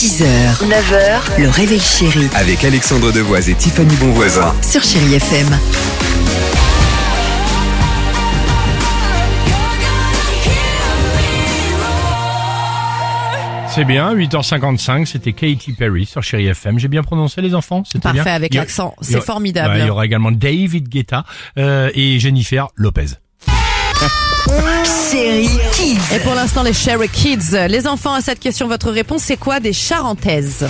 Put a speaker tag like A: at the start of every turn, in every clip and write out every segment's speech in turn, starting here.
A: 6h, 9h, le réveil chéri
B: Avec Alexandre Devoise et Tiffany Bonvoisin.
A: sur Chérie FM.
C: C'est bien, 8h55, c'était Katy Perry sur Chéri FM. J'ai bien prononcé les enfants, c'était
D: Parfait,
C: bien.
D: avec
C: Il y a-
D: l'accent,
C: il y aura-
D: c'est formidable.
C: Ouais, il y aura également David Guetta euh, et Jennifer Lopez.
A: Chérie Kids.
D: Et pour l'instant, les Sherry Kids, les enfants, à cette question, votre réponse, c'est quoi des charentaises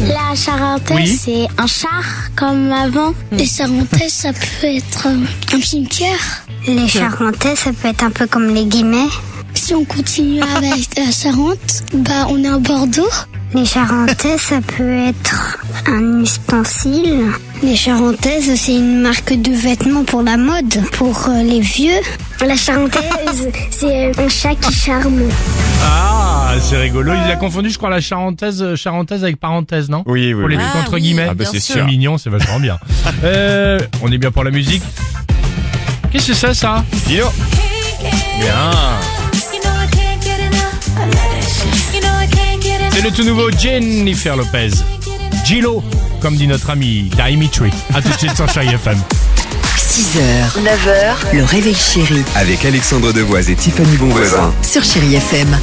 E: La charentaise,
C: Oui.
E: c'est un char comme avant. Les charentaises, ça peut être euh, un cimetière. Les charentaises, ça peut être un peu comme les Ah. guillemets. Si on continue avec la Charente, bah on est à Bordeaux. Les charentaises, ça peut être un ustensile. Les charentaises, c'est une marque de vêtements pour la mode, pour euh, les vieux. La charentaise, c'est un chat qui charme.
C: Ah, c'est rigolo. Il a confondu, je crois, la charentaise, euh, charentaise avec parenthèse, non
F: Oui, oui,
C: Pour les
F: oui.
C: trucs
D: Ah
C: entre
D: oui,
C: guillemets.
D: Ah bah, bien
C: c'est
D: c'est sûr. sûr.
C: mignon, c'est vachement bien. Euh, on est bien pour la musique. Qu'est-ce que c'est ça
F: Dino.
G: Can't get
C: Bien.
G: enough. You know I can't get enough. I love that shit. You know I can't get enough.
C: C'est le tout nouveau Jennifer Lopez. Gilo, comme dit notre ami Dimitri. À tout de suite sur Chéri FM.
A: 6h, 9h, le réveil chéri
B: Avec Alexandre Devoise et Tiffany Bonvoisin.
A: sur Chérie FM.